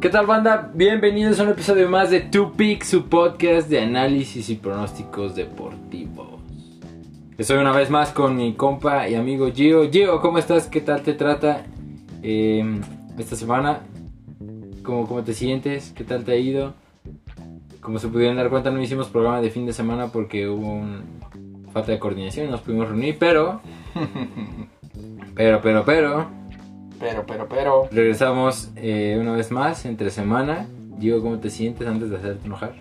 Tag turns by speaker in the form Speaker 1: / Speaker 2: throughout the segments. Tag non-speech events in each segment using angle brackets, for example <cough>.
Speaker 1: ¿Qué tal banda? Bienvenidos a un episodio más de Two Pick, su podcast de análisis y pronósticos deportivos. Estoy una vez más con mi compa y amigo Gio. Gio, ¿cómo estás? ¿Qué tal te trata eh, esta semana? ¿Cómo, ¿Cómo te sientes? ¿Qué tal te ha ido? Como se pudieron dar cuenta, no hicimos programa de fin de semana porque hubo un falta de coordinación y nos pudimos reunir, pero... <laughs> Pero, pero, pero...
Speaker 2: Pero, pero, pero.
Speaker 1: Regresamos eh, una vez más entre semana. Digo, ¿cómo te sientes antes de hacerte enojar?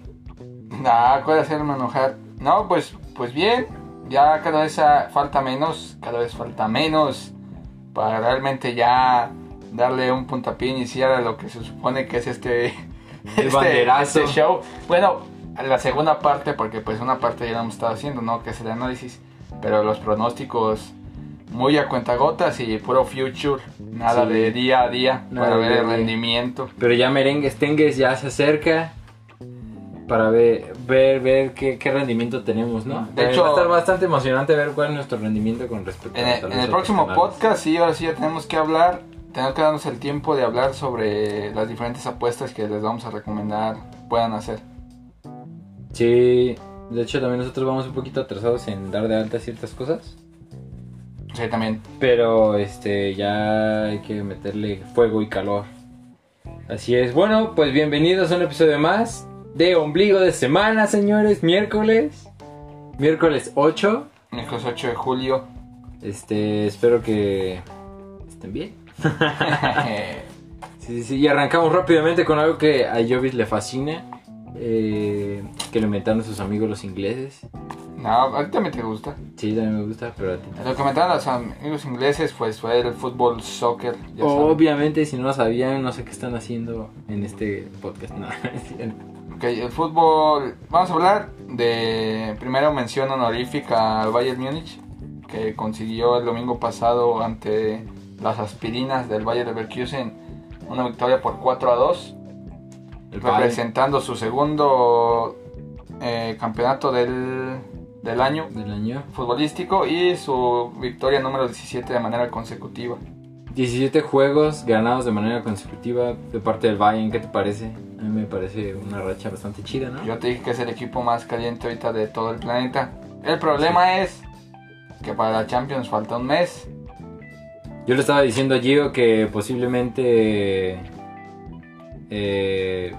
Speaker 2: Nah, ¿cuál hacerme enojar? No, pues, pues bien. Ya cada vez ah, falta menos. Cada vez falta menos. Para realmente ya darle un puntapié inicial a lo que se supone que es este.
Speaker 1: <laughs> El banderazo.
Speaker 2: este show. Bueno, a la segunda parte, porque pues una parte ya la hemos estado haciendo, ¿no? Que es el análisis. Pero los pronósticos muy a cuentagotas y puro future. Nada
Speaker 1: Sí.
Speaker 2: de día a día.
Speaker 1: Nada
Speaker 2: para
Speaker 1: de
Speaker 2: ver
Speaker 1: día a
Speaker 2: el
Speaker 1: día.
Speaker 2: rendimiento.
Speaker 1: Pero ya merengues, tengues, ya se acerca para ver ver, ver qué, qué rendimiento tenemos, ¿no?
Speaker 2: De
Speaker 1: Eh,
Speaker 2: hecho-
Speaker 1: va a estar bastante emocionante ver cuál es nuestro rendimiento con respecto
Speaker 2: En
Speaker 1: a
Speaker 2: el,
Speaker 1: los
Speaker 2: en el
Speaker 1: otros
Speaker 2: próximo
Speaker 1: canales.
Speaker 2: podcast, sí, ahora sí ya tenemos que hablar, tenemos que darnos el tiempo de hablar sobre las diferentes apuestas que les vamos a recomendar puedan hacer.
Speaker 1: Sí, de hecho también nosotros vamos un poquito atrasados en dar de alta ciertas cosas,
Speaker 2: Sí, también.
Speaker 1: pero este ya hay que meterle fuego y calor. Así es. Bueno, pues bienvenidos a un episodio más de Ombligo de Semana, señores, miércoles. Miércoles 8.
Speaker 2: Miércoles 8 de julio. <laughs>
Speaker 1: Este, espero que estén bien.
Speaker 2: eh,
Speaker 1: Sí, sí, sí, y arrancamos rápidamente con algo que a Jovis le fascina, eh, que lo inventaron sus amigos los ingleses.
Speaker 2: no, ahorita me te gusta.
Speaker 1: Sí, también me gusta, pero a ti no.
Speaker 2: Lo que comentaron los amigos ingleses pues, fue el fútbol, soccer. Ya
Speaker 1: Oh,
Speaker 2: saben.
Speaker 1: Obviamente, si no lo sabían, no sé qué están haciendo en este podcast. <laughs> No, es cierto.
Speaker 2: Ok, el fútbol. Vamos a hablar de. Primero mención honorífica al Bayern Múnich, que consiguió el domingo pasado ante las aspirinas del Bayern Leverkusen una victoria por 4 a 2,
Speaker 1: El padre
Speaker 2: representando su segundo eh, campeonato del, del año
Speaker 1: del año.
Speaker 2: futbolístico y su victoria número 17 de manera consecutiva.
Speaker 1: 17 juegos ganados de manera consecutiva de parte del Bayern, ¿qué te parece? A mí me parece una racha bastante chida, ¿no?
Speaker 2: Yo te dije que es el equipo más caliente ahorita de todo el planeta. El problema es que para la Champions falta un mes.
Speaker 1: Yo le estaba diciendo a Gio que posiblemente eh,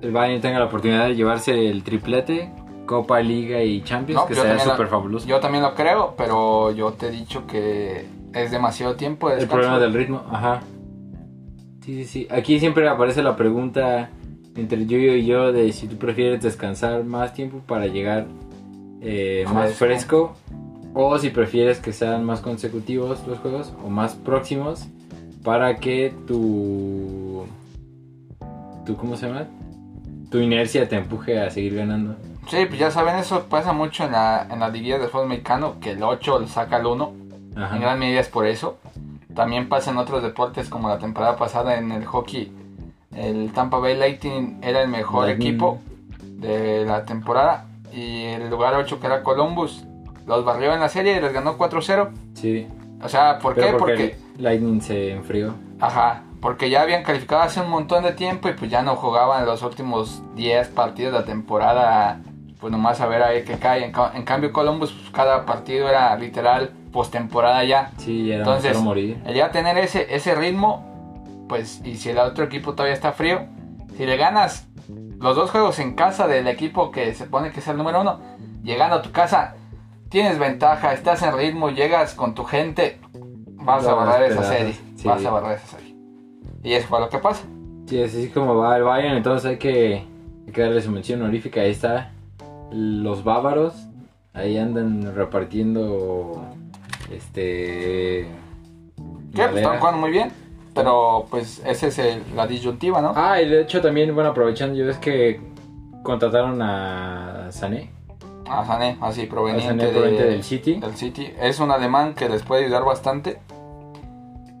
Speaker 1: el Bayern tenga la oportunidad de llevarse el triplete, Copa, Liga y Champions,
Speaker 2: No,
Speaker 1: que
Speaker 2: yo
Speaker 1: sería
Speaker 2: también la-
Speaker 1: súper fabuloso.
Speaker 2: Pues Yo también lo creo, pero yo te he dicho que es demasiado tiempo de
Speaker 1: el
Speaker 2: descanso.
Speaker 1: problema del ritmo, ajá. Sí, sí, sí. Aquí siempre aparece la pregunta entre Gio y yo de si tú prefieres descansar más tiempo para llegar eh, más fresco o si prefieres que sean más consecutivos los juegos o más próximos para que tu tu cómo se llama tu inercia te empuje a seguir ganando
Speaker 2: Sí, pues ya saben, eso pasa mucho en la, en la liguilla del fútbol mexicano, que el 8 lo saca el 1. En
Speaker 1: ajá
Speaker 2: gran medida es por eso. También pasa en otros deportes, como la temporada pasada en el hockey. El Tampa Bay Lightning era el mejor
Speaker 1: Lightning.
Speaker 2: equipo de la temporada. Y el lugar 8, que era Columbus, los barrió en la serie y les ganó 4-0.
Speaker 1: sí
Speaker 2: O sea, ¿por
Speaker 1: pero
Speaker 2: qué?
Speaker 1: porque,
Speaker 2: Porque
Speaker 1: el Lightning se enfrió
Speaker 2: Ajá, porque ya habían calificado hace un montón de tiempo y pues ya no jugaban los últimos 10 partidos de la temporada, pues nomás a ver ahí qué cae. En, ca- en cambio Columbus, pues, cada partido era literal postemporada ya.
Speaker 1: sí era
Speaker 2: Entonces,
Speaker 1: mejor morir
Speaker 2: El ya tener ese, ese ritmo, pues y si el otro equipo todavía está frío, si le ganas los dos juegos en casa del equipo que se pone que es el número uno, llegando a tu casa, tienes ventaja, estás en ritmo, llegas con tu gente, vas
Speaker 1: La
Speaker 2: a barrar esa
Speaker 1: esperada,
Speaker 2: serie.
Speaker 1: sí.
Speaker 2: Vas a barrar esa serie. Y eso fue lo que pasa.
Speaker 1: Sí, así es como va el Bayern, entonces hay que, hay que darle su mención honorífica. Ahí está los bávaros, ahí andan repartiendo este...
Speaker 2: Que pues,
Speaker 1: madera.
Speaker 2: están jugando muy bien, pero pues esa es el- la disyuntiva, ¿no?
Speaker 1: Ah, y de hecho también, bueno, aprovechando yo, es que contrataron a Sané,
Speaker 2: A Sané, así
Speaker 1: a
Speaker 2: proveniente,
Speaker 1: Sané
Speaker 2: de-
Speaker 1: Ah. proveniente del City.
Speaker 2: del City. Es un alemán que les puede ayudar bastante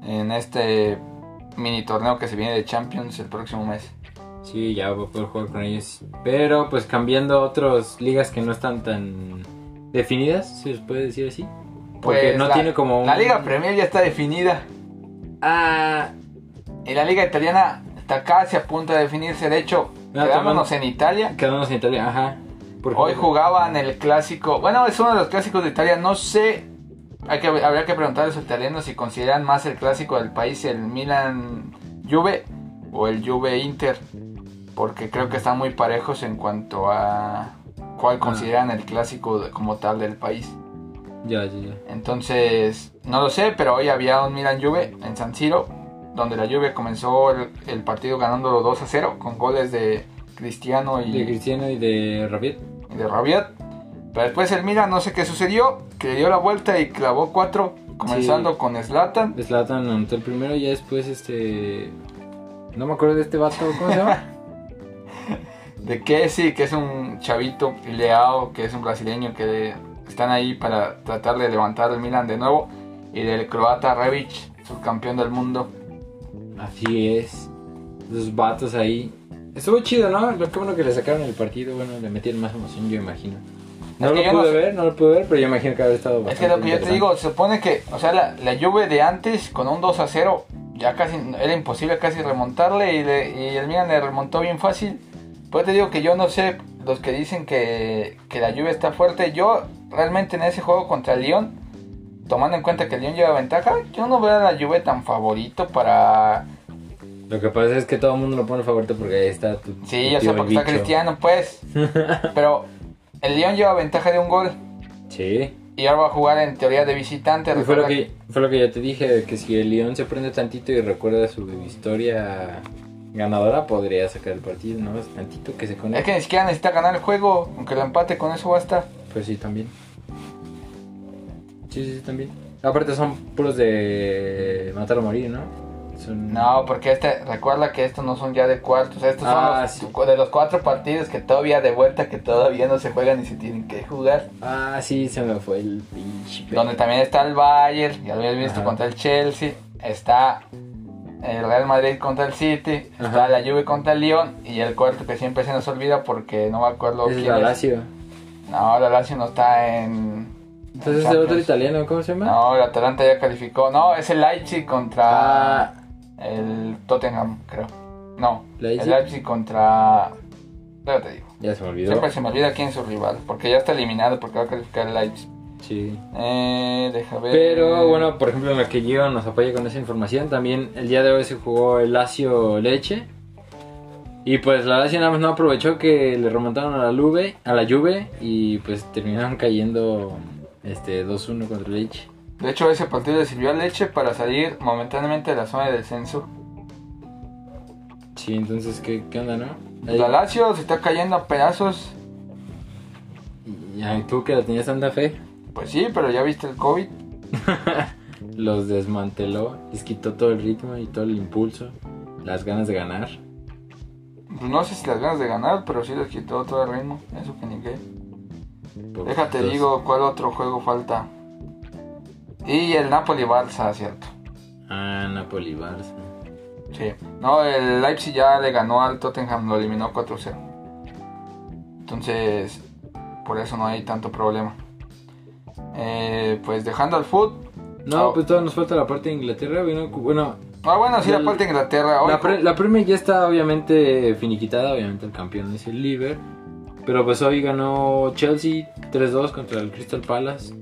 Speaker 2: en este mini torneo que se viene de Champions el próximo mes.
Speaker 1: Sí, ya voy a poder jugar con ellos. Pero pues cambiando a otras ligas que no están tan definidas, si se puede decir así. Porque
Speaker 2: Pues
Speaker 1: no
Speaker 2: la-
Speaker 1: tiene como un...
Speaker 2: La Liga Premier ya está definida
Speaker 1: Ah,
Speaker 2: y la Liga Italiana está casi a punto de definirse. De hecho,
Speaker 1: Ya,
Speaker 2: quedándonos
Speaker 1: Ah, tomando-
Speaker 2: en Italia.
Speaker 1: Quedándonos en Italia, ajá. Porque-
Speaker 2: Hoy jugaban el clásico. Bueno, es uno de los clásicos de Italia. No sé. Hay que, habría que preguntar a los italianos si consideran más el clásico del país el Milan Juve o el Juve Inter. Porque creo que están muy parejos en cuanto a cuál consideran el clásico de- como tal del país.
Speaker 1: Ya, ya, ya.
Speaker 2: Entonces, no lo sé, pero hoy había un Milan Juve en San Siro, donde la Juve comenzó el, el partido ganándolo 2 a 0 con goles de Cristiano y
Speaker 1: De Cristiano y de Rabiet.
Speaker 2: y de Rabiot. Pero después el Milan, no sé qué sucedió, que le dio la vuelta y clavó cuatro, comenzando
Speaker 1: Sí.
Speaker 2: con Zlatan.
Speaker 1: Slatan anotó el primero y ya después este. No me acuerdo de este vato, ¿cómo se
Speaker 2: <laughs>
Speaker 1: llama?
Speaker 2: De Kessi, que es un chavito, y Leao, que es un brasileño, que están ahí para tratar de levantar el Milan de nuevo. Y del croata Rebic, subcampeón del mundo.
Speaker 1: Así es. Los vatos ahí. Estuvo chido, ¿no? Lo que bueno que le sacaron el partido, bueno, le metieron más emoción, yo imagino. No
Speaker 2: Es que
Speaker 1: lo
Speaker 2: yo
Speaker 1: pude
Speaker 2: no sé.
Speaker 1: ver, no lo pude ver, pero yo imagino que haber estado
Speaker 2: Es
Speaker 1: bastante
Speaker 2: que lo que yo te
Speaker 1: interesante.
Speaker 2: digo, se supone que, o sea, la, la Juve de antes, con un 2 a 0, ya casi, era imposible casi remontarle y, le- y el Milan le remontó bien fácil. Pues te digo que yo no sé, los que dicen que, que la Juve está fuerte, yo realmente en ese juego contra el Lyon, tomando en cuenta que el Lyon lleva ventaja, yo no veo a la Juve tan favorito para...
Speaker 1: Lo que pasa es que todo el mundo lo pone favorito porque ahí está tu.
Speaker 2: Sí,
Speaker 1: tu
Speaker 2: yo sé
Speaker 1: tío,
Speaker 2: porque
Speaker 1: el
Speaker 2: está
Speaker 1: bicho.
Speaker 2: Cristiano, pues.
Speaker 1: <laughs>
Speaker 2: Pero el Lyon lleva ventaja de un gol
Speaker 1: Sí.
Speaker 2: y ahora va a jugar en teoría de visitante.
Speaker 1: Y Fue lo,
Speaker 2: recuerda
Speaker 1: que, fue lo que yo te dije, que si el León se prende tantito y recuerda su historia ganadora, podría sacar el partido, ¿no? Es tantito que se
Speaker 2: Es
Speaker 1: conecte.
Speaker 2: que ni siquiera necesita ganar el juego, aunque lo empate con eso basta.
Speaker 1: Pues sí, también. Sí, sí, sí, también. Aparte son puros de matar o morir, ¿no? Son...
Speaker 2: No, porque este, recuerda que estos no son ya de cuartos, estos
Speaker 1: Ah, sí.
Speaker 2: son los- de los cuatro partidos que todavía de vuelta, que todavía no se juegan ni se tienen que jugar.
Speaker 1: Ah, sí, se me fue el pinche. pe-
Speaker 2: Donde también está el Bayern, ya lo habías visto
Speaker 1: Ajá.
Speaker 2: contra el Chelsea, está el Real Madrid contra el City,
Speaker 1: Ajá.
Speaker 2: está la Juve contra el Lyon y el cuarto que siempre se nos olvida porque no me acuerdo
Speaker 1: Es el
Speaker 2: quién es.
Speaker 1: Lazio.
Speaker 2: No, la Lazio no está en...
Speaker 1: Entonces
Speaker 2: en
Speaker 1: el otro
Speaker 2: Champions.
Speaker 1: italiano, ¿cómo se llama?
Speaker 2: No, el Atalanta ya calificó. No, es el Leipzig contra...
Speaker 1: Ah,
Speaker 2: El Tottenham, creo. No,
Speaker 1: Leipzig.
Speaker 2: el Leipzig contra. Luego te digo.
Speaker 1: ya se me olvidó.
Speaker 2: Siempre se me olvida quién es su rival, porque ya está eliminado, porque va a calificar el Leipzig.
Speaker 1: Sí.
Speaker 2: Eh, deja ver.
Speaker 1: Pero bueno, por ejemplo, en la que Gio nos apoya con esa información, también el día de hoy se jugó el Lazio Leche. Y pues la Lazio nada más no aprovechó que le remontaron a la Juve, a la Juve y pues terminaron cayendo este 2-1 contra el Leche.
Speaker 2: De hecho, ese partido le sirvió a Leche para salir momentáneamente de la zona de descenso.
Speaker 1: Sí, entonces qué, qué onda, ¿no? Ahí-
Speaker 2: La Lazio se está cayendo a pedazos.
Speaker 1: y- y tú que la tenías tanta fe,
Speaker 2: Pues sí, pero ya viste el COVID.
Speaker 1: los desmanteló, les quitó todo el ritmo y todo el impulso, las ganas de ganar.
Speaker 2: No sé si las ganas de ganar, pero sí les quitó todo el ritmo. Eso que ni qué.
Speaker 1: Por-
Speaker 2: Déjate
Speaker 1: entonces-
Speaker 2: digo cuál otro juego falta. Y el Napoli-Barça, cierto.
Speaker 1: Ah, Napoli Barça.
Speaker 2: Sí. No, el Leipzig ya le ganó al Tottenham, lo eliminó 4-0. Entonces, por eso no hay tanto problema. Eh, pues dejando al foot.
Speaker 1: No,
Speaker 2: Oh.
Speaker 1: pues todavía nos falta la parte de Inglaterra, güey, ¿no? Bueno,
Speaker 2: Ah, bueno, sí,
Speaker 1: El-
Speaker 2: la parte de Inglaterra. Hoy,
Speaker 1: La, pre- la Premier ya está obviamente finiquitada, obviamente el campeón es el Liver. Pero pues hoy ganó Chelsea 3-2 contra el Crystal Palace.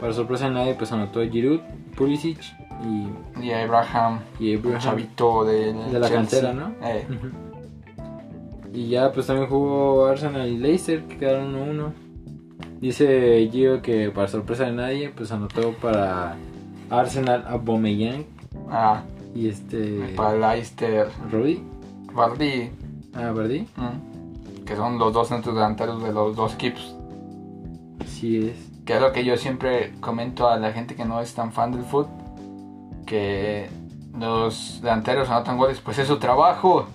Speaker 1: Para sorpresa de nadie, pues anotó Giroud, Pulisic y,
Speaker 2: Y Abraham,
Speaker 1: y Abraham.
Speaker 2: chavito del
Speaker 1: De la
Speaker 2: Chelsea.
Speaker 1: cantera, ¿no?
Speaker 2: Eh,
Speaker 1: Ujú. Y ya pues también jugó Arsenal y Leicester, que quedaron 1-1. Dice Gio que para sorpresa de nadie, pues anotó para Arsenal a Bomeyang
Speaker 2: ah,
Speaker 1: y este...
Speaker 2: para Leicester,
Speaker 1: Rudy.
Speaker 2: Bardi,
Speaker 1: Ah, Verdi.
Speaker 2: mm, que son los dos centros delanteros de los dos equipos.
Speaker 1: Sí es.
Speaker 2: que es lo que yo siempre comento a la gente que no es tan fan del fútbol, que los delanteros anotan goles, pues es su trabajo.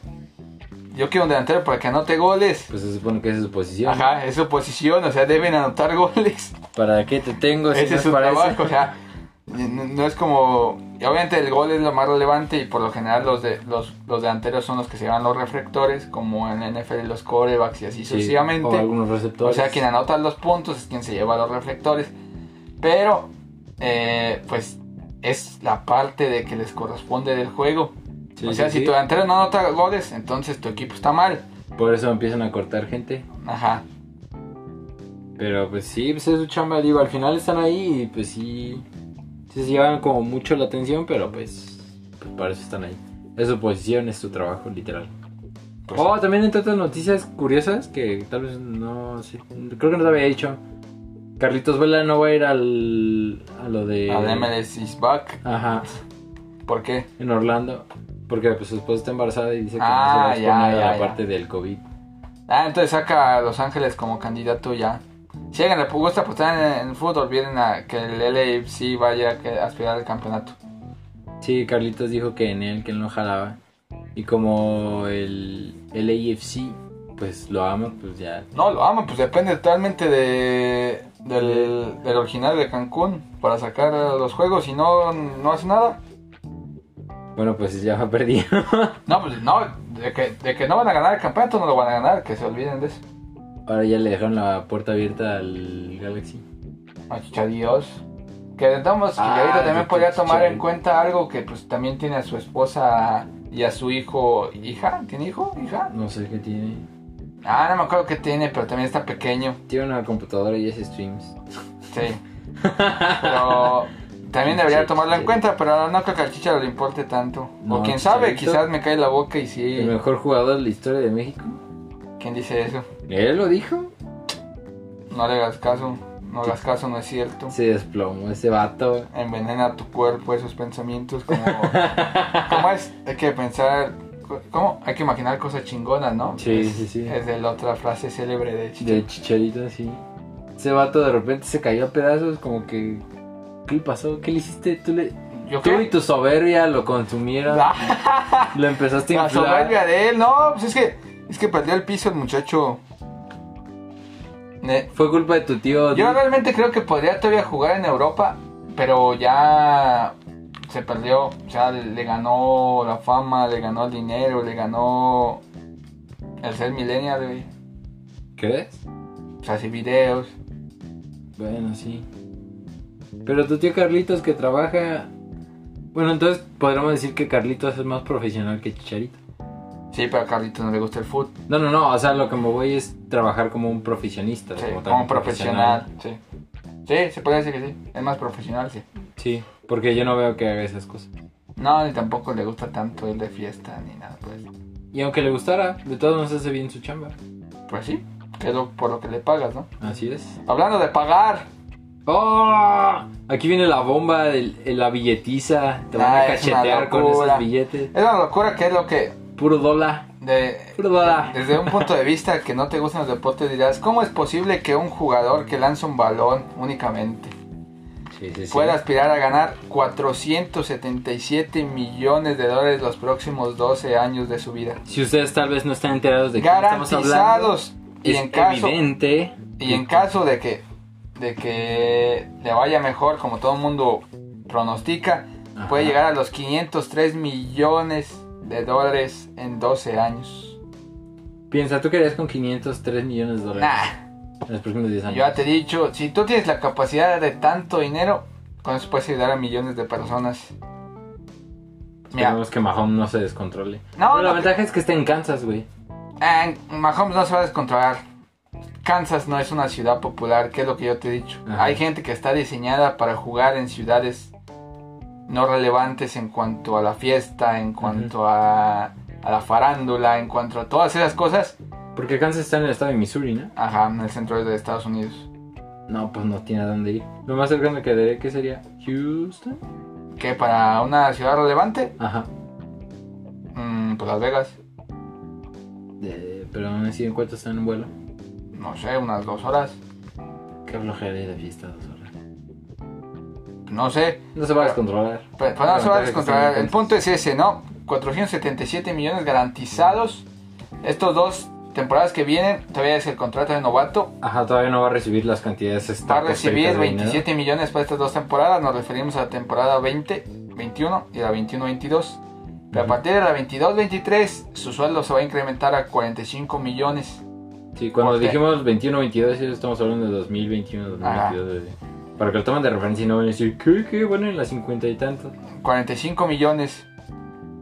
Speaker 2: Yo quiero un delantero para que anote goles.
Speaker 1: Pues se supone que esa es su posición. ¿no?
Speaker 2: Ajá, es su posición, o sea, deben
Speaker 1: <laughs>
Speaker 2: anotar goles.
Speaker 1: ¿Para qué te tengo si
Speaker 2: Ese
Speaker 1: no
Speaker 2: es su
Speaker 1: para eso?
Speaker 2: trabajo, o sea, no, no es como... y Obviamente el gol es lo más relevante y por lo general los, de, los, los delanteros son los que se llevan los reflectores, como en la NFL los corebacks y así
Speaker 1: Sí,
Speaker 2: sucesivamente.
Speaker 1: O algunos receptores.
Speaker 2: O sea, quien anota los puntos es quien se lleva los reflectores. Pero, eh, pues, es la parte de que les corresponde del juego.
Speaker 1: Sí,
Speaker 2: o sea,
Speaker 1: sí,
Speaker 2: si
Speaker 1: sí.
Speaker 2: tu delantero no anota goles, entonces tu equipo está mal.
Speaker 1: Por eso empiezan a cortar gente.
Speaker 2: Ajá.
Speaker 1: Pero pues sí, pues es su chamba, digo, al final están ahí y pues sí, sí se llevan como mucho la atención, pero pues, pues para eso están ahí. Es su posición, es su trabajo, literal.
Speaker 2: Pues-
Speaker 1: oh, también entre otras noticias curiosas que tal vez no sé, creo que no te había dicho. Carlitos Vela no va a ir al, a lo de...
Speaker 2: A MLS is back.
Speaker 1: Ajá,
Speaker 2: ¿Por qué?
Speaker 1: en Orlando, porque pues su esposa está embarazada y dice que
Speaker 2: Ah,
Speaker 1: no se va a
Speaker 2: ya,
Speaker 1: exponer
Speaker 2: ya,
Speaker 1: a
Speaker 2: ya.
Speaker 1: la parte del COVID.
Speaker 2: Ah, entonces saca a Los Ángeles como candidato ya. Si a alguien le gusta apostar en, en el fútbol, vienen a que el LAFC vaya a que- aspirar al campeonato.
Speaker 1: Sí, Carlitos dijo que en él, que él no jalaba. Y como el LAFC, pues lo ama, pues ya.
Speaker 2: No, lo aman, pues depende totalmente de, del, del original de Cancún para sacar a los juegos y no, no hace nada.
Speaker 1: Bueno, pues ya va <laughs> perdido.
Speaker 2: No, pues no, de que, de que no van a ganar el campeonato, no lo van a ganar, que se olviden de eso.
Speaker 1: Ahora ya le dejaron la puerta abierta al Galaxy.
Speaker 2: Machucha Dios. Que entonces
Speaker 1: Ah,
Speaker 2: Chicharito también
Speaker 1: de
Speaker 2: podría
Speaker 1: pinche
Speaker 2: tomar en
Speaker 1: Chicharito.
Speaker 2: cuenta algo que pues también tiene a su esposa y a su hijo. ¿Hija? ¿Tiene hijo? ¿Hija?
Speaker 1: No sé qué tiene.
Speaker 2: Ah, no me acuerdo qué tiene, pero también está pequeño.
Speaker 1: Tiene una computadora y hace streams.
Speaker 2: Sí. Pero también debería
Speaker 1: Sí,
Speaker 2: tomarlo en
Speaker 1: sí.
Speaker 2: cuenta, pero no creo que al Chicharo le importe tanto. o
Speaker 1: No,
Speaker 2: quién sabe,
Speaker 1: Chicharito.
Speaker 2: quizás me cae la boca y
Speaker 1: El
Speaker 2: sí.
Speaker 1: mejor jugador de la historia de México.
Speaker 2: ¿Quién dice eso?
Speaker 1: Él lo dijo.
Speaker 2: No le hagas caso. No hagas caso, no es cierto.
Speaker 1: Se desplomó ese vato.
Speaker 2: Envenena tu cuerpo, esos pensamientos como... ¿Cómo es? Hay que pensar... ¿Cómo? Hay que imaginar cosas chingonas, ¿no?
Speaker 1: Sí,
Speaker 2: Es-
Speaker 1: sí, sí.
Speaker 2: Es de la otra frase célebre de Chicharo.
Speaker 1: De chicharito, sí. Ese vato de repente se cayó a pedazos, como que. ¿Qué le pasó? ¿Qué le hiciste? ¿Tú, le...
Speaker 2: ¿Yo
Speaker 1: Tú
Speaker 2: qué? <laughs>
Speaker 1: y tu soberbia lo consumieron.
Speaker 2: Ah.
Speaker 1: <laughs> Lo empezaste a
Speaker 2: La
Speaker 1: inflar.
Speaker 2: soberbia de él, no, pues es que es que perdió el piso el muchacho. Ne-
Speaker 1: Fue culpa de tu tío.
Speaker 2: Yo
Speaker 1: Di-
Speaker 2: realmente creo que podría todavía jugar en Europa, pero ya se perdió, o sea, le ganó la fama, le ganó el dinero, le ganó el ser millennial, güey.
Speaker 1: ¿Crees?
Speaker 2: O sea, hace videos.
Speaker 1: Bueno, sí. Pero tu tío Carlitos que trabaja. Bueno, entonces podríamos decir que Carlitos es más profesional que Chicharito.
Speaker 2: Sí, pero a Carlitos no le gusta el fútbol.
Speaker 1: No, no, no. O sea, lo que me voy es trabajar como un profesionista.
Speaker 2: Sí,
Speaker 1: tal,
Speaker 2: como un profesional, sí. Sí, se puede decir que sí. Es más profesional, sí.
Speaker 1: Sí, porque yo no veo que haga esas cosas.
Speaker 2: No, ni tampoco le gusta tanto el de fiesta ni nada, pues.
Speaker 1: Y aunque le gustara, de todos modos hace bien su chamba.
Speaker 2: Pues sí, que es lo- por lo que le pagas, ¿no?
Speaker 1: Así es.
Speaker 2: Hablando de pagar.
Speaker 1: ¡Oh! Aquí viene la bomba, el- la billetiza. Te van
Speaker 2: Ah,
Speaker 1: a
Speaker 2: es una
Speaker 1: cachetear con
Speaker 2: locura.
Speaker 1: esos billetes.
Speaker 2: Es una locura que es lo que
Speaker 1: Puro dólar.
Speaker 2: de,
Speaker 1: Puro dólar.
Speaker 2: desde un punto de vista que no te gustan los deportes dirás, ¿cómo es posible que un jugador que lanza un balón únicamente
Speaker 1: Sí, sí, sí.
Speaker 2: pueda aspirar a ganar 477 millones de dólares los próximos 12 años de su vida?
Speaker 1: Si ustedes tal vez no están enterados de qué estamos hablando,
Speaker 2: Garantizados. Y
Speaker 1: es
Speaker 2: en caso
Speaker 1: evidente.
Speaker 2: Y en caso de que, de que le vaya mejor, como todo el mundo pronostica,
Speaker 1: Ajá.
Speaker 2: puede llegar a los 503 millones de dólares en 12 años.
Speaker 1: Piensa, tú querías con 503 millones de dólares
Speaker 2: Nah,
Speaker 1: en los próximos 10
Speaker 2: yo
Speaker 1: años.
Speaker 2: ya te he dicho, si tú tienes la capacidad de tanto dinero, con eso puedes ayudar a millones de personas. Mira,
Speaker 1: Esperemos que Mahomes no se descontrole.
Speaker 2: No,
Speaker 1: Pero la
Speaker 2: no,
Speaker 1: ventaja es que está en Kansas, güey.
Speaker 2: eh, Mahomes no se va a descontrolar. Kansas no es una ciudad popular, que es lo que yo te he dicho.
Speaker 1: Ajá.
Speaker 2: Hay gente que está diseñada para jugar en ciudades no relevantes en cuanto a la fiesta, en cuanto a, a la farándula, en cuanto a todas esas cosas.
Speaker 1: Porque Kansas está en el estado de Missouri, ¿no?
Speaker 2: Ajá, en el centro de Estados Unidos.
Speaker 1: No, pues no tiene a dónde ir. Lo más cercano que quedaría, ¿qué sería? ¿Houston?
Speaker 2: Que para una ciudad relevante,
Speaker 1: Ajá.
Speaker 2: Mm, pues Las Vegas,
Speaker 1: De- pero aún así, ¿en cuánto está en vuelo?
Speaker 2: no sé, unas dos horas,
Speaker 1: Qué flojera ir de fiesta dos horas.
Speaker 2: no sé.
Speaker 1: No se va a descontrolar.
Speaker 2: Pero, pero no se va
Speaker 1: Ventaja
Speaker 2: a
Speaker 1: que
Speaker 2: descontrolar.
Speaker 1: está en
Speaker 2: El punto es ese, ¿no? 477 millones garantizados. Estos dos temporadas que vienen, todavía es el contrato de novato.
Speaker 1: Ajá, todavía no va a recibir las cantidades
Speaker 2: Va a
Speaker 1: estacos
Speaker 2: recibir
Speaker 1: feitas de dinero.
Speaker 2: 27 millones para estas dos temporadas. Nos referimos a la temporada 20, 21 y la 21, 22. Pero a partir de la 22, 23, su sueldo se va a incrementar a 45 millones.
Speaker 1: Sí, cuando
Speaker 2: ¿Por qué?
Speaker 1: dijimos 21-22, sí, estamos hablando de 2021, 2022. de- Para que lo tomen de referencia y no van a decir, ¿qué? ¿Qué? Bueno, en las 50 y tantos.
Speaker 2: 45 millones.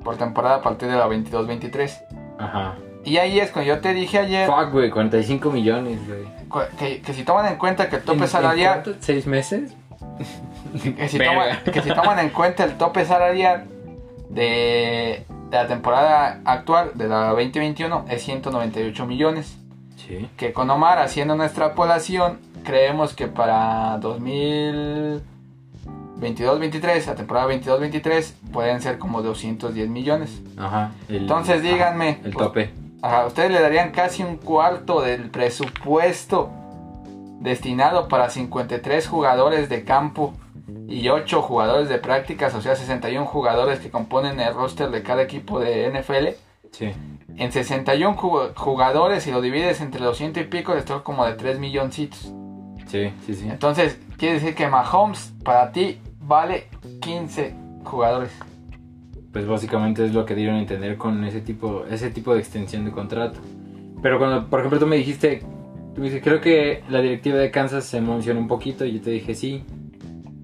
Speaker 2: por temporada a partir de la 22-23.
Speaker 1: Ajá.
Speaker 2: Y ahí es cuando yo te dije ayer
Speaker 1: Fuck, güey, 45 millones, güey.
Speaker 2: cu- que, que si toman en cuenta que el
Speaker 1: ¿En-
Speaker 2: tope
Speaker 1: en
Speaker 2: salarial,
Speaker 1: cuánto? ¿Seis meses?
Speaker 2: que si,
Speaker 1: Verga.
Speaker 2: toman, que si toman en cuenta el tope salarial de, de la temporada actual, de la 2021, es 198 millones.
Speaker 1: Sí.
Speaker 2: que con Omar haciendo una extrapolación, creemos que para 2022-23, la temporada 22-23, pueden ser como 210 millones.
Speaker 1: Ajá. el-
Speaker 2: Entonces, díganme.
Speaker 1: El tope.
Speaker 2: Ajá, ustedes le darían casi un cuarto del presupuesto destinado para 53 jugadores de campo y 8 jugadores de prácticas, o sea, 61 jugadores que componen el roster de cada equipo de NFL
Speaker 1: Sí.
Speaker 2: en 61 ju- jugadores y lo divides entre los ciento y pico, les toca como de 3 milloncitos.
Speaker 1: Sí, sí, sí.
Speaker 2: Entonces, quiere decir que Mahomes para ti vale 15 jugadores.
Speaker 1: Pues básicamente es lo que dieron a entender con ese tipo, ese tipo de extensión de contrato. Pero cuando, por ejemplo, tú me dijiste, tú me dices, creo que la directiva de Kansas se emocionó un poquito y yo te dije sí.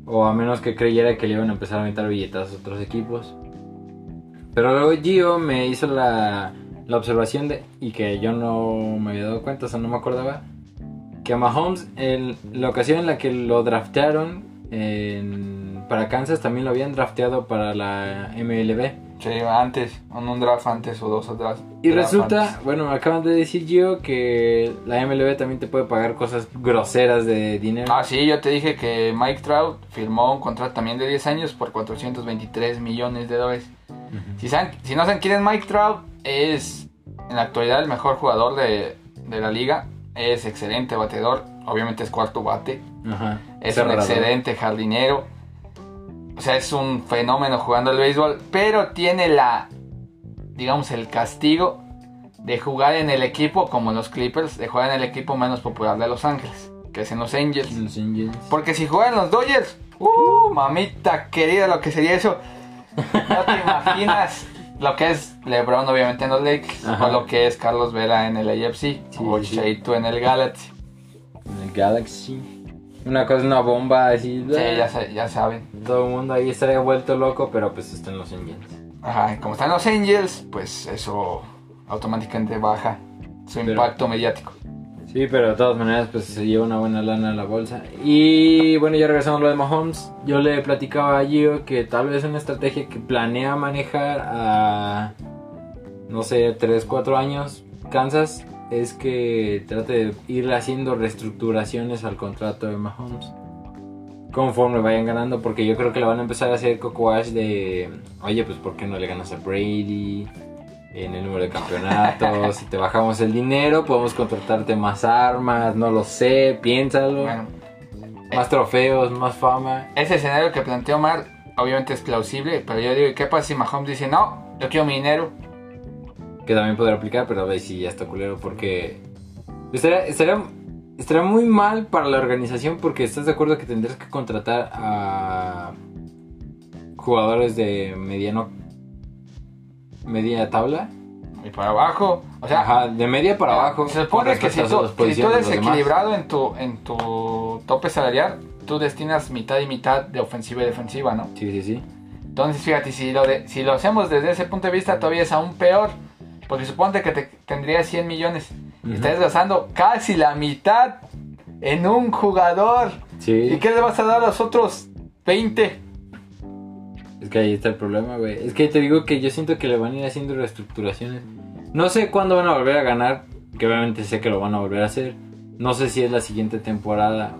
Speaker 1: O a menos que creyera que le iban a empezar a aventar billetazos a otros equipos. Pero luego Gio me hizo la, la observación de, y que yo no me había dado cuenta, o sea, no me acordaba, que a Mahomes, en la ocasión en la que lo draftearon en- para Kansas, también lo habían drafteado para la MLB.
Speaker 2: Sí, antes, en un draft antes o dos atrás.
Speaker 1: Y resulta, bueno, me acaban de decir yo que la MLB también te puede pagar cosas groseras de dinero.
Speaker 2: Ah, sí, yo te dije que Mike Trout firmó un contrato también de 10 años por 423 millones de dólares.
Speaker 1: Ujú.
Speaker 2: Si, saben- si no saben quién es Mike Trout, es en la actualidad el mejor jugador de, de la liga. Es excelente bateador, obviamente es cuarto bate.
Speaker 1: Ajá.
Speaker 2: Es
Speaker 1: Cerrador.
Speaker 2: un excelente jardinero. O sea, es un fenómeno jugando al béisbol, pero tiene la, digamos, el castigo de jugar en el equipo, como los Clippers, de jugar en el equipo menos popular de Los Ángeles, que es en Los Angels.
Speaker 1: Los Angels.
Speaker 2: Porque si juegan los Dodgers, ¡uh! mamita querida, lo que sería eso. No te imaginas lo que es LeBron, obviamente, en los Lakers,
Speaker 1: Ajá.
Speaker 2: o lo que es Carlos Vela en el AFC, o
Speaker 1: sí.
Speaker 2: Cheito en el Galaxy.
Speaker 1: En el Galaxy. Una cosa, una bomba así.
Speaker 2: Sí, ya, sa- ya saben.
Speaker 1: Todo el mundo ahí estaría vuelto loco, pero pues están los Angels.
Speaker 2: Ajá, y como están los Angels, pues eso automáticamente baja su
Speaker 1: Pero-
Speaker 2: impacto mediático.
Speaker 1: Sí, pero de todas maneras, pues se lleva una buena lana a la bolsa. Y bueno, ya regresamos a lo de Mahomes. Yo le platicaba a Gio que tal vez una estrategia que planea manejar a, no sé, 3, 4 años, Kansas, es que trate de ir haciendo reestructuraciones al contrato de Mahomes. Conforme vayan ganando, porque yo creo que le van a empezar a hacer coco wash de, oye, pues ¿por qué no le ganas a Brady? en el número de campeonatos, si te bajamos el dinero, podemos contratarte más armas, no lo sé, piénsalo,
Speaker 2: Bueno,
Speaker 1: más trofeos, más fama.
Speaker 2: ese escenario que planteó Mar, obviamente es plausible, pero yo digo, ¿y ¿qué pasa si Mahomes dice, no, yo quiero mi dinero?
Speaker 1: Que también podrá aplicar, pero a ver si ya está culero, porque estaría, estaría, estaría muy mal para la organización, porque estás de acuerdo que tendrías que contratar a jugadores de mediano. media tabla.
Speaker 2: Y para abajo, o sea,
Speaker 1: Ajá, de media para abajo.
Speaker 2: Ah, se supone
Speaker 1: con
Speaker 2: que si
Speaker 1: respecto a
Speaker 2: tú,
Speaker 1: las
Speaker 2: si tú
Speaker 1: posiciones de
Speaker 2: eres
Speaker 1: los demás.
Speaker 2: equilibrado en tu, en tu tope salarial, tú destinas mitad y mitad de ofensiva y defensiva, ¿no?
Speaker 1: Sí, sí, sí.
Speaker 2: Entonces, fíjate, si lo, de- si lo hacemos desde ese punto de vista, todavía es aún peor. Porque suponte que te tendrías 100 millones. Y
Speaker 1: Ujú.
Speaker 2: estás gastando casi la mitad en un jugador.
Speaker 1: Sí.
Speaker 2: ¿Y qué le vas a dar a los otros 20?
Speaker 1: Es que ahí está el problema, güey. Es que te digo que yo siento que le van a ir haciendo reestructuraciones. No sé cuándo van a volver a ganar, que obviamente sé que lo van a volver a hacer. No sé si es la siguiente temporada.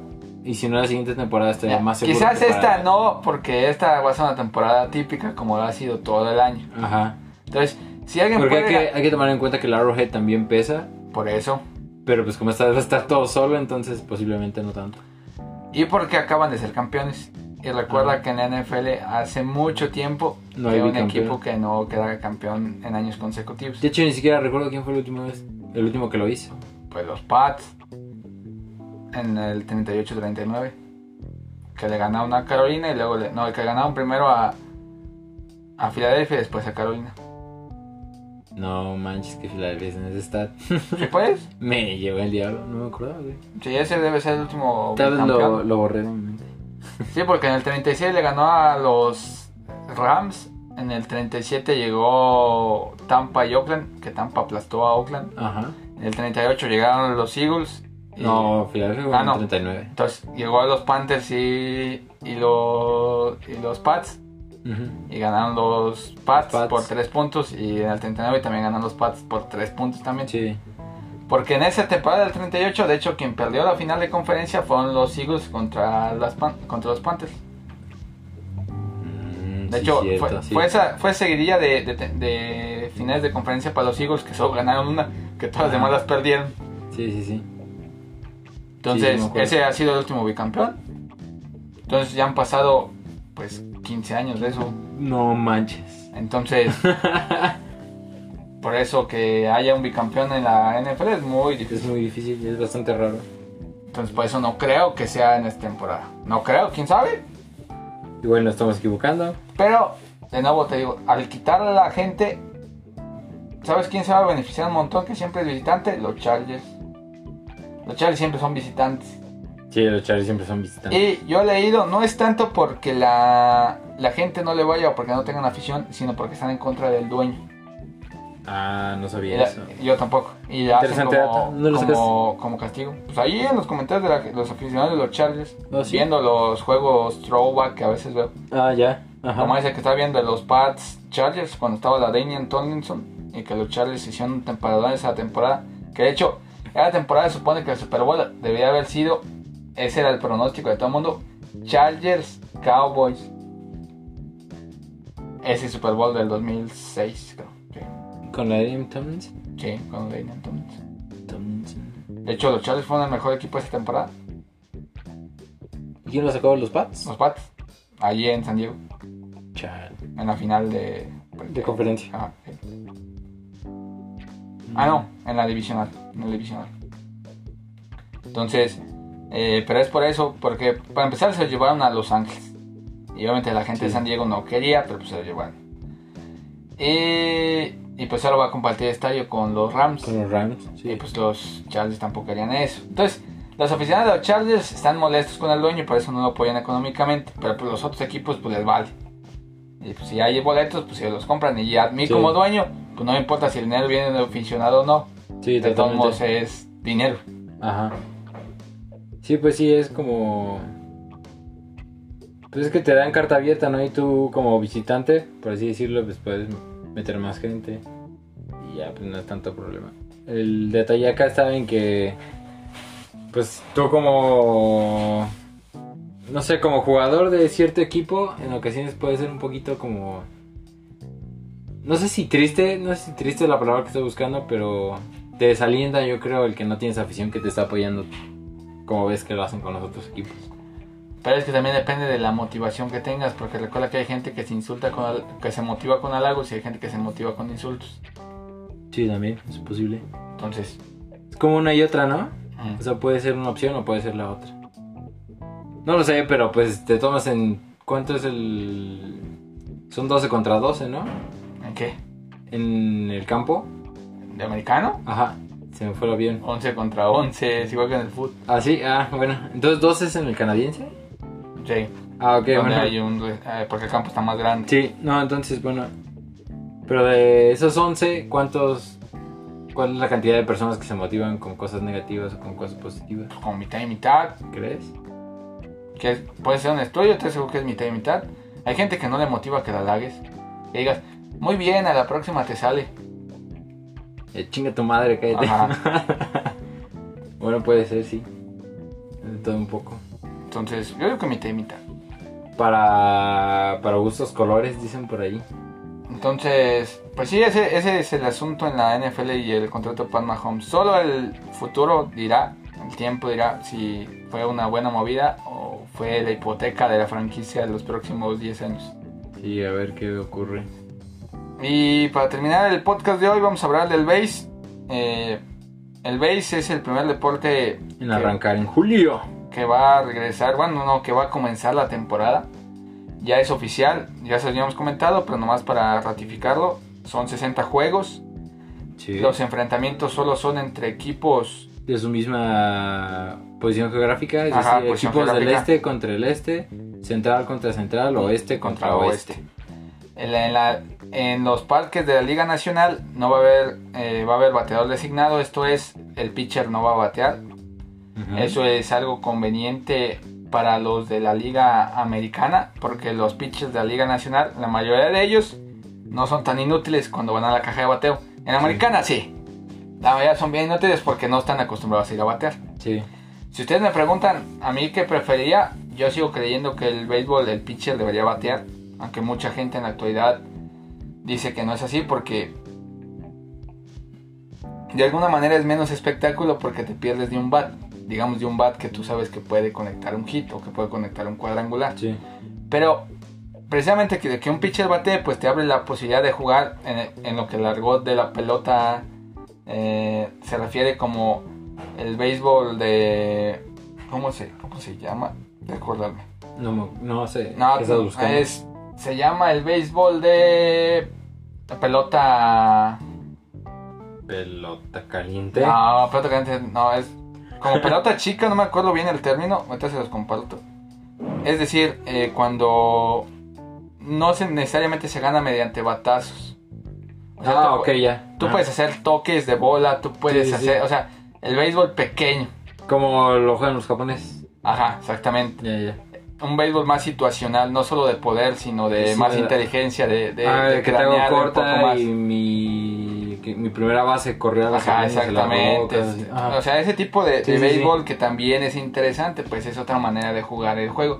Speaker 1: Y si no es la siguiente temporada, estaría más seguro.
Speaker 2: Quizás
Speaker 1: que
Speaker 2: esta
Speaker 1: para-
Speaker 2: no, porque esta va a ser una temporada típica como lo ha sido todo el año.
Speaker 1: Ajá.
Speaker 2: Entonces, si alguien
Speaker 1: Porque hay
Speaker 2: puede...
Speaker 1: que, hay que tomar en cuenta que la Arrowhead también pesa.
Speaker 2: Por eso.
Speaker 1: Pero pues como está, va a estar todo solo, entonces posiblemente no tanto.
Speaker 2: Y porque acaban de ser campeones. Y recuerda
Speaker 1: Ajá.
Speaker 2: que en la NFL hace mucho tiempo
Speaker 1: No
Speaker 2: que
Speaker 1: hay
Speaker 2: un
Speaker 1: bicampeón.
Speaker 2: equipo que no queda campeón en años consecutivos.
Speaker 1: De hecho, ni siquiera recuerdo quién fue el último, vez- el último que lo hizo.
Speaker 2: pues los Pats en el 38-39 que le ganaron a Carolina y luego le, no que ganaron primero a a Filadelfia y después a Carolina
Speaker 1: No manches, que Filadelfia en ese stat.
Speaker 2: y pues
Speaker 1: Me llevó el diablo, no me acordaba, güey.
Speaker 2: sí, ese debe ser el último
Speaker 1: Tal vez lo,
Speaker 2: campeón.
Speaker 1: lo borré de mi mente.
Speaker 2: sí porque en el 36 le ganó a los Rams En el 37 llegó Tampa y Oakland, que Tampa aplastó a Oakland.
Speaker 1: Ajá.
Speaker 2: En el 38 llegaron los Eagles. y-
Speaker 1: No, Filadelfia jugó
Speaker 2: Ah,
Speaker 1: en
Speaker 2: no.
Speaker 1: 39.
Speaker 2: Entonces llegó a los Panthers y, y, lo- y los Pats.
Speaker 1: Ujú.
Speaker 2: Y ganaron los Pats,
Speaker 1: Pats.
Speaker 2: por 3 puntos. Y en el 39 también ganaron los Pats por 3 puntos también.
Speaker 1: Sí.
Speaker 2: Porque en esa temporada del 38, de hecho, quien perdió la final de conferencia fueron los Eagles contra, las Pan- contra los Panthers.
Speaker 1: Mm,
Speaker 2: De
Speaker 1: sí,
Speaker 2: hecho,
Speaker 1: cierto,
Speaker 2: fue,
Speaker 1: sí.
Speaker 2: fue esa, fue seguidilla de, de- de finales de conferencia para los Eagles que solo ganaron una, que todas las demás las perdieron.
Speaker 1: Ah. sí, sí, sí.
Speaker 2: Entonces,
Speaker 1: Sí, me acuerdo.
Speaker 2: ese ha sido el último bicampeón. Entonces, ya han pasado pues 15 años de eso.
Speaker 1: No manches. <laughs>
Speaker 2: Entonces, por eso que haya un bicampeón en la NFL es muy
Speaker 1: Es
Speaker 2: difícil.
Speaker 1: muy difícil, es bastante raro.
Speaker 2: Entonces, por eso no creo que sea en esta temporada. No creo, quién sabe.
Speaker 1: Igual nos estamos equivocando.
Speaker 2: Pero, de nuevo te digo, al quitar a la gente, ¿sabes quién se va a beneficiar un montón? Que siempre es visitante, los Chargers. Los Chargers siempre son visitantes.
Speaker 1: Sí, los Chargers siempre son visitantes.
Speaker 2: Y yo he leído, no es tanto porque la, la gente no le vaya o porque no tengan afición, sino porque están en contra del dueño.
Speaker 1: Ah, no
Speaker 2: Y
Speaker 1: sabía
Speaker 2: la-
Speaker 1: eso.
Speaker 2: yo tampoco. Y la hacen
Speaker 1: Interesante dato,
Speaker 2: como,
Speaker 1: no lo
Speaker 2: como, como castigo. Pues ahí en los comentarios de la- los aficionados de los Chargers,
Speaker 1: Ah, sí.
Speaker 2: viendo los juegos throwback que a veces veo,
Speaker 1: Ah, ya. Ajá.
Speaker 2: Como dice que estaba viendo los Pats Chargers cuando estaba la Damian Tomlinson y que los Chargers hicieron un temporada esa temporada. Que de hecho, era temporada, se supone que el Super Bowl debía haber sido, ese era el pronóstico de todo el mundo, Chargers Cowboys. Ese Super Bowl del 2006, creo.
Speaker 1: Con la de Tomlinson.
Speaker 2: Sí, sí, con Damian Tomlinson.
Speaker 1: Tomlinson.
Speaker 2: De hecho, los Chargers fueron el mejor equipo esa temporada,
Speaker 1: ¿Y quién lo sacó? ¿Los Pats?
Speaker 2: los Pats, allí en San Diego,
Speaker 1: Chal.
Speaker 2: en la final de...
Speaker 1: De conferencia.
Speaker 2: Ah, sí.
Speaker 1: Mm.
Speaker 2: Ah, no, en la divisional. En la divisional. Entonces, eh, pero es por eso, porque para empezar se lo llevaron a Los Ángeles. Y obviamente la gente
Speaker 1: Sí.
Speaker 2: de San Diego no quería, pero pues se lo llevaron. Y, y pues ahora va a compartir estadio con los Rams.
Speaker 1: Con los Rams.
Speaker 2: Y
Speaker 1: Sí.
Speaker 2: pues los Chargers tampoco querían eso. Entonces, los aficionados de los Chargers están molestos con el dueño y por eso no lo apoyan económicamente. Pero pues los otros equipos pues les vale. Y pues si hay boletos, pues ellos los compran. Y a mí
Speaker 1: Sí.
Speaker 2: como dueño, pues no me importa si el dinero viene del aficionado o no.
Speaker 1: Sí,
Speaker 2: De todos modos
Speaker 1: totalmente.
Speaker 2: es dinero.
Speaker 1: Ajá. Sí, pues sí, es como... Pues es que te dan carta abierta, ¿no? Y tú como visitante, por así decirlo, pues puedes meter más gente. Y ya, pues no es tanto problema. El detalle acá está en que... Pues tú como... No sé, como jugador de cierto equipo, en ocasiones puede ser un poquito como... No sé si triste, no sé si triste es la palabra que estoy buscando, pero te desalienta, yo creo, el que no tienes afición que te está apoyando, como ves que lo hacen con los otros equipos.
Speaker 2: Pero es que también depende de la motivación que tengas, porque recuerda que hay gente que se insulta con hal- que se motiva con halagos y hay gente que se motiva con insultos.
Speaker 1: Sí, también, es posible.
Speaker 2: Entonces,
Speaker 1: Es como una y otra, ¿no?
Speaker 2: mm,
Speaker 1: O sea, puede ser una opción o puede ser la otra. No lo sé, pero pues te tomas en... ¿Cuánto es el...? Son 12 contra 12, ¿no?
Speaker 2: ¿en qué?
Speaker 1: En el campo.
Speaker 2: ¿De americano?
Speaker 1: Ajá, se me fue el avión.
Speaker 2: 11 contra 11, es igual que en el fútbol.
Speaker 1: Ah, sí, ah, bueno. Entonces, ¿12 es en el canadiense?
Speaker 2: Sí.
Speaker 1: Ah, ok,
Speaker 2: donde
Speaker 1: bueno.
Speaker 2: hay un, eh, porque el campo está más grande.
Speaker 1: Sí, no, entonces, bueno. Pero de esos 11, ¿cuántos. ¿Cuál es la cantidad de personas que se motivan con cosas negativas o con cosas positivas?
Speaker 2: Pues Con mitad y mitad,
Speaker 1: ¿Crees?
Speaker 2: que es- puede ser un estudio, te seguro que es mitad y mitad. Hay gente que no le motiva que la lagues. Que digas, muy bien, a la próxima te sale.
Speaker 1: Eh, chinga tu madre, cállate. <laughs> bueno, puede ser, sí. De todo un poco.
Speaker 2: Entonces, yo digo que mitad y mitad.
Speaker 1: Para, para gustos colores, dicen por ahí.
Speaker 2: Entonces, pues sí, ese, ese es el asunto en la NFL y el contrato de Pat Mahomes. Solo el futuro dirá, el tiempo dirá si fue una buena movida o fue la hipoteca de la franquicia de los próximos 10 años.
Speaker 1: Sí, a ver qué ocurre.
Speaker 2: Y para terminar el podcast de hoy vamos a hablar del base. Eh, el base es el primer deporte
Speaker 1: En
Speaker 2: que-
Speaker 1: arrancar en julio.
Speaker 2: que va a regresar, bueno, no, que va a comenzar la temporada. Ya es oficial, ya se lo habíamos comentado, pero nomás para ratificarlo, son 60 juegos.
Speaker 1: Sí.
Speaker 2: Los enfrentamientos solo son entre equipos,
Speaker 1: de su misma posición geográfica, es
Speaker 2: Ajá,
Speaker 1: decir,
Speaker 2: posición
Speaker 1: equipos del
Speaker 2: geográfica.
Speaker 1: este contra el este, central contra central, oeste contra,
Speaker 2: Contra
Speaker 1: oeste.
Speaker 2: oeste. En, la- en la- en los parques de la Liga Nacional no va a haber, eh, va a haber bateador designado, esto es, el pitcher no va a batear.
Speaker 1: Ujú.
Speaker 2: Eso es algo conveniente para los de la Liga Americana, porque los pitchers de la Liga Nacional, la mayoría de ellos, no son tan inútiles cuando van a la caja de bateo. En la Americana sí, la mayoría son bien inútiles porque no están acostumbrados a ir a batear.
Speaker 1: Sí.
Speaker 2: Si ustedes me preguntan a mí qué prefería, yo sigo creyendo que el béisbol, el pitcher debería batear, aunque mucha gente en la actualidad dice que no es así porque de alguna manera es menos espectáculo porque te pierdes de un bat, digamos de un bat que tú sabes que puede conectar un hit o que puede conectar un cuadrangular.
Speaker 1: Sí.
Speaker 2: Pero precisamente que, que un pitcher bate, pues te abre la posibilidad de jugar en, en lo que el argot de la pelota eh, se refiere como el béisbol de... ¿Cómo se, cómo se llama? De acordarme.
Speaker 1: No, me- no sé.
Speaker 2: No,
Speaker 1: ¿Qué estás buscando?
Speaker 2: es, se llama el béisbol de... La pelota...
Speaker 1: Pelota caliente.
Speaker 2: No, pelota caliente, no, es como pelota <laughs> chica, no me acuerdo bien el término, ahorita se los comparto. Es decir, eh, cuando no se, necesariamente se gana mediante batazos. O sea,
Speaker 1: ah,
Speaker 2: tú,
Speaker 1: ok, ya.
Speaker 2: Tú
Speaker 1: Ah.
Speaker 2: puedes hacer toques de bola, tú puedes
Speaker 1: Sí, sí, sí.
Speaker 2: hacer, o sea, el béisbol pequeño.
Speaker 1: Como lo juegan los japoneses.
Speaker 2: Ajá, exactamente.
Speaker 1: Ya, ya.
Speaker 2: Un béisbol más situacional, no solo de poder, sino de
Speaker 1: Sí,
Speaker 2: más
Speaker 1: ¿verdad?
Speaker 2: inteligencia, de, de,
Speaker 1: ah,
Speaker 2: de
Speaker 1: que te hago
Speaker 2: cranear un poco
Speaker 1: corta
Speaker 2: más.
Speaker 1: y mi, que mi primera base corría a la segunda y
Speaker 2: Ajá,
Speaker 1: se la
Speaker 2: exactamente.
Speaker 1: boca, así. Ah, Ajá.
Speaker 2: O sea, ese tipo de,
Speaker 1: Sí,
Speaker 2: de
Speaker 1: sí,
Speaker 2: béisbol que también es interesante, pues es otra manera de jugar el juego.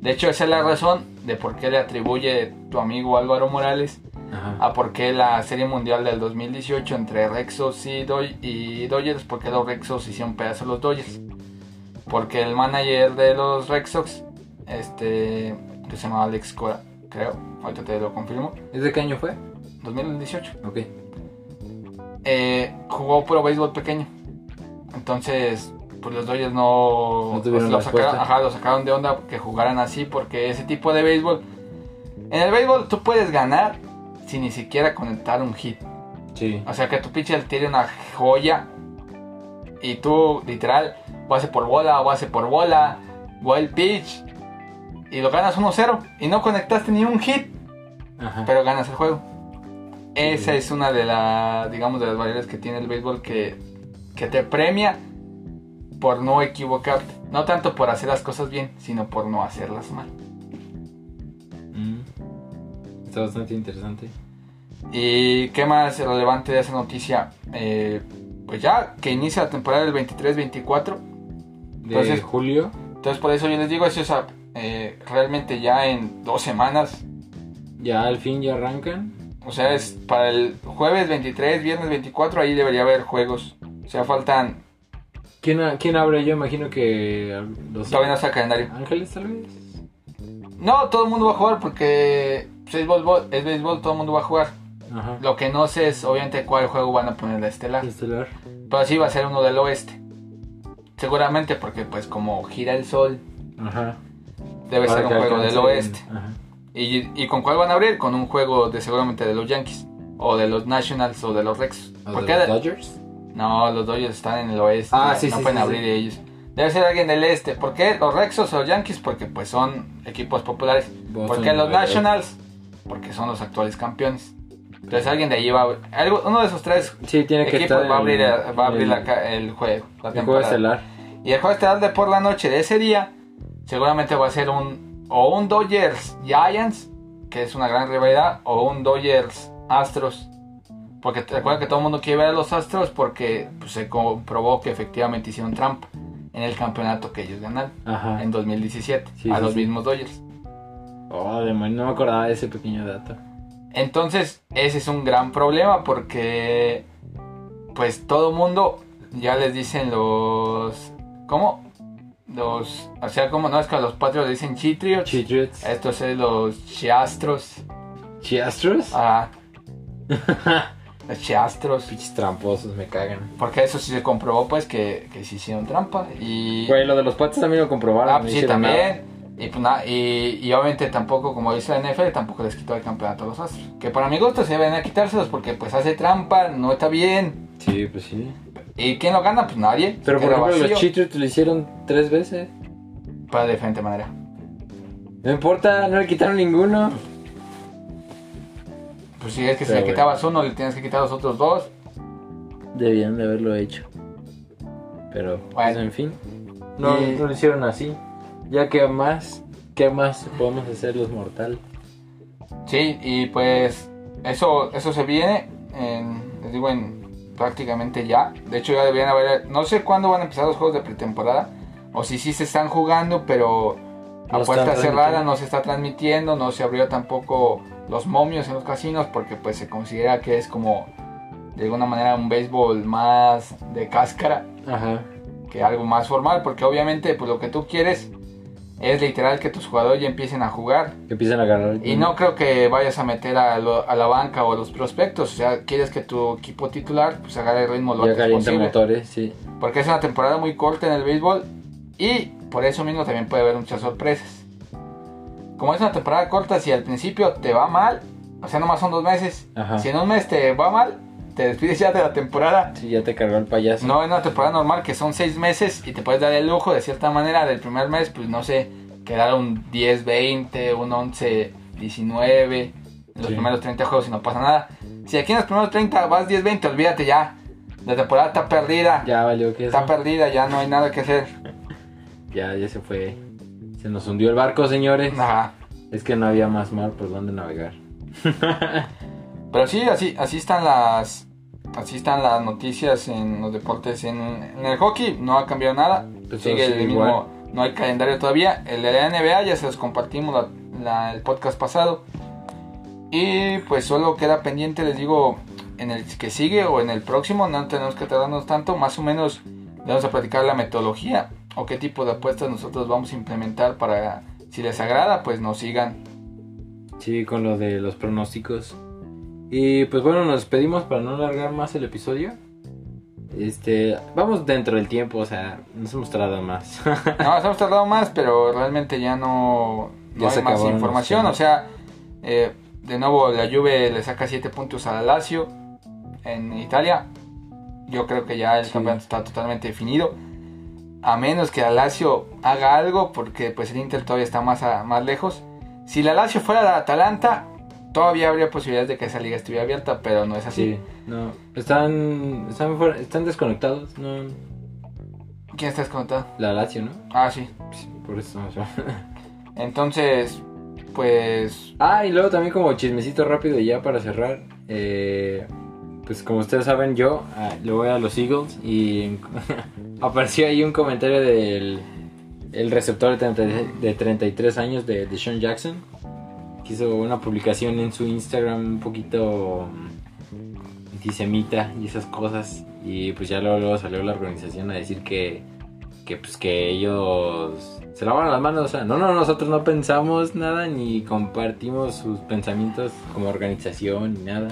Speaker 2: De hecho, esa es la razón de por qué le atribuye tu amigo Álvaro Morales
Speaker 1: Ajá.
Speaker 2: a por qué la Serie Mundial del 2018 entre Rexos y, Doy- y Dodgers, porque los Rexos hicieron pedazo a los Dodgers. Porque el manager de los Red Sox, este, que se llama Alex Cora, creo, ahorita te lo confirmo,
Speaker 1: ¿Es de qué año fue?
Speaker 2: 2018
Speaker 1: Ok.
Speaker 2: eh, jugó puro béisbol pequeño. Entonces, pues los Dodgers no,
Speaker 1: No tuvieron
Speaker 2: los
Speaker 1: respuesta.
Speaker 2: sacaron, ajá, los sacaron de onda que jugaran así porque ese tipo de béisbol en el béisbol tú puedes ganar sin ni siquiera conectar un hit.
Speaker 1: Sí.
Speaker 2: O sea, que tu pitcher tiene una joya y tú literal base por bola, base por bola, wild pitch y lo ganas 1-0 y no conectaste ni un hit
Speaker 1: Ajá.
Speaker 2: pero ganas el juego. Esa
Speaker 1: Sí.
Speaker 2: es una de las, digamos, de las variables que tiene el béisbol que, que te premia por no equivocarte. No tanto por hacer las cosas bien, sino por no hacerlas mal.
Speaker 1: Mm. Está bastante interesante.
Speaker 2: ¿Y qué más relevante de esa noticia? Eh, pues ya que inicia la temporada del 23-24.
Speaker 1: De
Speaker 2: Entonces-
Speaker 1: julio.
Speaker 2: Entonces por eso yo les digo, eso es a- eh, realmente ya en dos semanas.
Speaker 1: Ya al fin ya arrancan.
Speaker 2: O sea, es para el jueves 23, viernes 24, ahí debería haber juegos. O sea, faltan...
Speaker 1: ¿Quién, a- quién abre? Yo imagino que los
Speaker 2: Todavía no está el calendario.
Speaker 1: ángeles tal vez.
Speaker 2: No, todo el mundo va a jugar porque pues, es béisbol, es béisbol, todo el mundo va a jugar.
Speaker 1: Ajá.
Speaker 2: Lo que no sé es obviamente cuál juego van a poner la estelar.
Speaker 1: Estelar.
Speaker 2: Pero sí va a ser uno del oeste. Seguramente porque pues como gira el sol,
Speaker 1: Ajá.
Speaker 2: debe
Speaker 1: Para
Speaker 2: ser un
Speaker 1: que
Speaker 2: juego del
Speaker 1: alcancen-
Speaker 2: oeste.
Speaker 1: Ajá.
Speaker 2: ¿Y, y con cuál van a abrir? Con un juego de seguramente de los Yankees. O de los Nationals o de los Rex.
Speaker 1: ¿Los
Speaker 2: Porque
Speaker 1: de los
Speaker 2: de-
Speaker 1: Dodgers?
Speaker 2: No, los Dodgers están en el oeste.
Speaker 1: Ah,
Speaker 2: no-
Speaker 1: sí,
Speaker 2: no
Speaker 1: sí,
Speaker 2: pueden
Speaker 1: sí,
Speaker 2: abrir
Speaker 1: sí.
Speaker 2: ellos. Debe ser alguien del este. ¿Por qué los Rexos o los Yankees? Porque pues son equipos populares.
Speaker 1: Boston,
Speaker 2: ¿Por qué los
Speaker 1: Nueva York.
Speaker 2: Nationals? Porque son los actuales campeones. Entonces alguien de allí va a abrir- algo- uno de esos tres
Speaker 1: Sí, tiene que
Speaker 2: equipos
Speaker 1: estar
Speaker 2: va a abrir,
Speaker 1: el-
Speaker 2: va a abrir
Speaker 1: el-
Speaker 2: la ca- el juego, la
Speaker 1: el juego
Speaker 2: temporada.
Speaker 1: estelar.
Speaker 2: Y el juego estelar de por la noche de ese día seguramente va a ser un o un Dodgers Giants, que es una gran rivalidad, o un Dodgers Astros. Porque te recuerda que todo el mundo quiere ver a los Astros porque pues, se comprobó que efectivamente hicieron trampa en el campeonato que ellos ganaron
Speaker 1: Ajá.
Speaker 2: en 2017
Speaker 1: Sí,
Speaker 2: a
Speaker 1: sí,
Speaker 2: los
Speaker 1: sí.
Speaker 2: mismos Dodgers.
Speaker 1: Oh, demonio, no me acordaba de ese pequeño dato.
Speaker 2: Entonces, ese es un gran problema porque pues todo mundo ya les dicen los ¿cómo? Los, o sea, como no es que a los patrios le dicen chitrios.
Speaker 1: Chitriots.
Speaker 2: a Estos es los chiastros.
Speaker 1: ¿Chiastros?
Speaker 2: Ah, los chiastros.
Speaker 1: Pichis tramposos, me cagan.
Speaker 2: Porque eso sí se comprobó pues que, que se hicieron trampa y
Speaker 1: Güey, lo de los patos también lo comprobaron.
Speaker 2: ah,
Speaker 1: no
Speaker 2: pues, sí
Speaker 1: hicieron nada.
Speaker 2: también. Y, pues, nada, y, y obviamente tampoco, como dice la NFL, tampoco les quitó el campeonato a los Astros. Que para mi gusto se deben a quitárselos porque pues hace trampa, no está bien.
Speaker 1: Sí, pues sí.
Speaker 2: ¿Y quién lo gana? Pues nadie.
Speaker 1: Pero
Speaker 2: Se
Speaker 1: por
Speaker 2: queda
Speaker 1: ejemplo, los
Speaker 2: vacío.
Speaker 1: Chitriots lo hicieron tres veces.
Speaker 2: Para de diferente manera.
Speaker 1: No importa, no le quitaron ninguno.
Speaker 2: pues si es que si
Speaker 1: Pero
Speaker 2: le
Speaker 1: bueno.
Speaker 2: quitabas uno, le tienes que quitar los otros dos.
Speaker 1: Debían de haberlo hecho. Pero, pues,
Speaker 2: Bueno.
Speaker 1: en fin. No,
Speaker 2: Y-
Speaker 1: no lo hicieron así. Ya que más, ¿qué más podemos hacer los mortales?
Speaker 2: Sí, y pues eso, eso se viene, en, les digo, en prácticamente ya. De hecho, ya deberían haber, no sé cuándo van a empezar los juegos de pretemporada, o si sí se están jugando, pero a
Speaker 1: No
Speaker 2: puerta
Speaker 1: están
Speaker 2: cerrada
Speaker 1: transmitiendo.
Speaker 2: no se está transmitiendo, no se abrió tampoco los momios en los casinos, porque pues se considera que es como, de alguna manera, un béisbol más de cáscara
Speaker 1: Ajá.
Speaker 2: que algo más formal, porque obviamente pues lo que tú quieres es literal que tus jugadores ya empiecen a jugar.
Speaker 1: Que empiezan a agarrar.
Speaker 2: Y no creo que vayas a meter a, lo- a la banca o a los prospectos. O sea, quieres que tu equipo titular pues agarre el ritmo lo
Speaker 1: Ya
Speaker 2: antes
Speaker 1: calienta
Speaker 2: posible.
Speaker 1: motores, sí.
Speaker 2: Porque es una temporada muy corta en el béisbol y por eso mismo también puede haber muchas sorpresas. Como es una temporada corta, si al principio te va mal, o sea, nomás son dos meses.
Speaker 1: Ajá.
Speaker 2: Si en un mes te va mal, te despides ya de la temporada.
Speaker 1: Sí, ya te cargó el payaso.
Speaker 2: No en una temporada normal que son seis meses y te puedes dar el lujo de cierta manera del primer mes, pues no sé, quedar un 10, 20, un 11, 19, en los
Speaker 1: Sí.
Speaker 2: primeros 30 juegos y no pasa nada. Si aquí en los primeros 30 vas 10, 20, olvídate ya. La temporada está perdida.
Speaker 1: Ya valió que eso.
Speaker 2: Está perdida, ya no hay nada que hacer.
Speaker 1: Ya, ya se fue. Se nos hundió el barco, señores.
Speaker 2: Ajá.
Speaker 1: Es que no había más mar por donde navegar.
Speaker 2: Pero sí, así, así están las. Así están las noticias en los deportes. En, en el hockey no ha cambiado nada.
Speaker 1: Pues
Speaker 2: sigue
Speaker 1: todo
Speaker 2: el
Speaker 1: sigue
Speaker 2: mismo. No hay calendario todavía. El de la NBA ya se los compartimos la- la- el podcast pasado. Y pues solo queda pendiente, les digo, en el que sigue o en el próximo. No tenemos que tardarnos tanto. Más o menos le vamos a platicar la metodología o qué tipo de apuestas nosotros vamos a implementar para. Si les agrada, pues nos sigan.
Speaker 1: Sí, con lo de los pronósticos. Y pues bueno, nos despedimos para no alargar más el episodio. Este, vamos dentro del tiempo, o sea, nos hemos tardado más. <laughs>
Speaker 2: No, nos hemos tardado más, pero realmente ya no, no
Speaker 1: Ya se
Speaker 2: hay más
Speaker 1: acabaron los
Speaker 2: información. O
Speaker 1: temas.
Speaker 2: sea, eh, de nuevo, la Juve le saca 7 puntos a Lazio en Italia. Yo creo que ya el
Speaker 1: Sí.
Speaker 2: campeonato está totalmente definido. A menos que la Lazio haga algo, porque pues el Inter todavía está más, a- más lejos. Si la Lazio fuera la Atalanta, todavía habría posibilidades de que esa liga estuviera abierta, pero no es así.
Speaker 1: sí, no. Están, están, fuera- están desconectados, ¿no?
Speaker 2: ¿Quién está descontado?
Speaker 1: La Lazio, ¿no?
Speaker 2: Ah, sí.
Speaker 1: Sí, por eso estamos
Speaker 2: Entonces, pues
Speaker 1: <laughs> Ah, y luego también como chismecito rápido ya para cerrar. eh, pues como ustedes saben, yo ah, le voy a los Eagles y <laughs> apareció ahí un comentario del el receptor de, 30 de 33 años de Deshaun Jackson. Que hizo una publicación en su Instagram un poquito mm, antisemita y esas cosas. Y pues ya luego, luego salió la organización a decir que que pues que ellos se lavan las manos, o sea, no, no, nosotros no pensamos nada ni compartimos sus pensamientos como organización ni nada.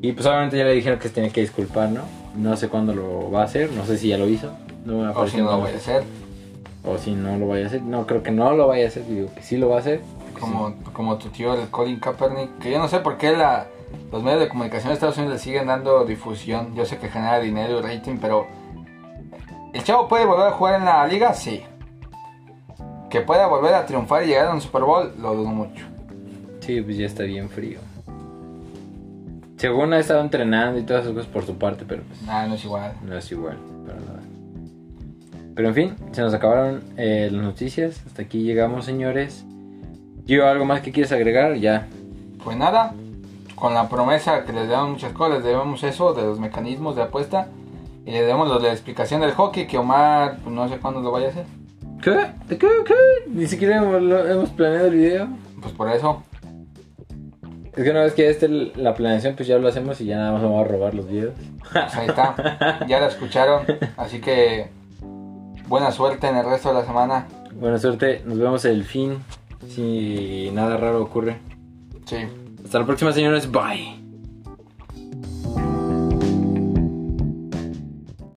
Speaker 1: Y pues obviamente ya le dijeron que se tenía que disculpar, ¿no? No sé cuándo lo va a hacer, no sé si ya lo hizo. No me
Speaker 2: O si
Speaker 1: apareció
Speaker 2: no
Speaker 1: nada.
Speaker 2: lo voy a hacer.
Speaker 1: O si no lo vaya a hacer. No, creo que no lo vaya a hacer, digo que sí lo va a hacer. porque
Speaker 2: Como, como tu tío, el Colin Kaepernick, que yo no sé por qué la, los medios de comunicación de Estados Unidos le siguen dando difusión. Yo sé que genera dinero y rating, pero. ¿El chavo puede volver a jugar en la liga? Sí. Que pueda volver a triunfar y llegar a un Super Bowl, lo dudo mucho.
Speaker 1: Sí, pues ya está bien frío. Según ha estado entrenando y todas esas cosas por su parte, pero pues...
Speaker 2: Nada, no es igual.
Speaker 1: No es igual, para nada. Pero en fin, se nos acabaron eh, las noticias. Hasta aquí llegamos, señores. Yo, ¿algo más que quieres agregar? Ya.
Speaker 2: Pues nada, con la promesa que les debemos muchas cosas, les debemos eso de los mecanismos de apuesta y les debemos lo de la explicación del hockey que Omar, pues no sé cuándo lo vaya a hacer.
Speaker 1: ¿Qué? ¿De ¿Qué? ¿Qué? Ni siquiera hemos, lo- hemos planeado el video.
Speaker 2: Pues por eso,
Speaker 1: Es que una vez que esté el- la planeación, pues ya lo hacemos y ya nada más vamos a robar los videos.
Speaker 2: Pues ahí está, ya la escucharon, así que buena suerte en el resto de la semana.
Speaker 1: Buena suerte, nos vemos el fin. Si nada raro ocurre.
Speaker 2: Sí.
Speaker 1: Hasta la próxima, señores. Bye.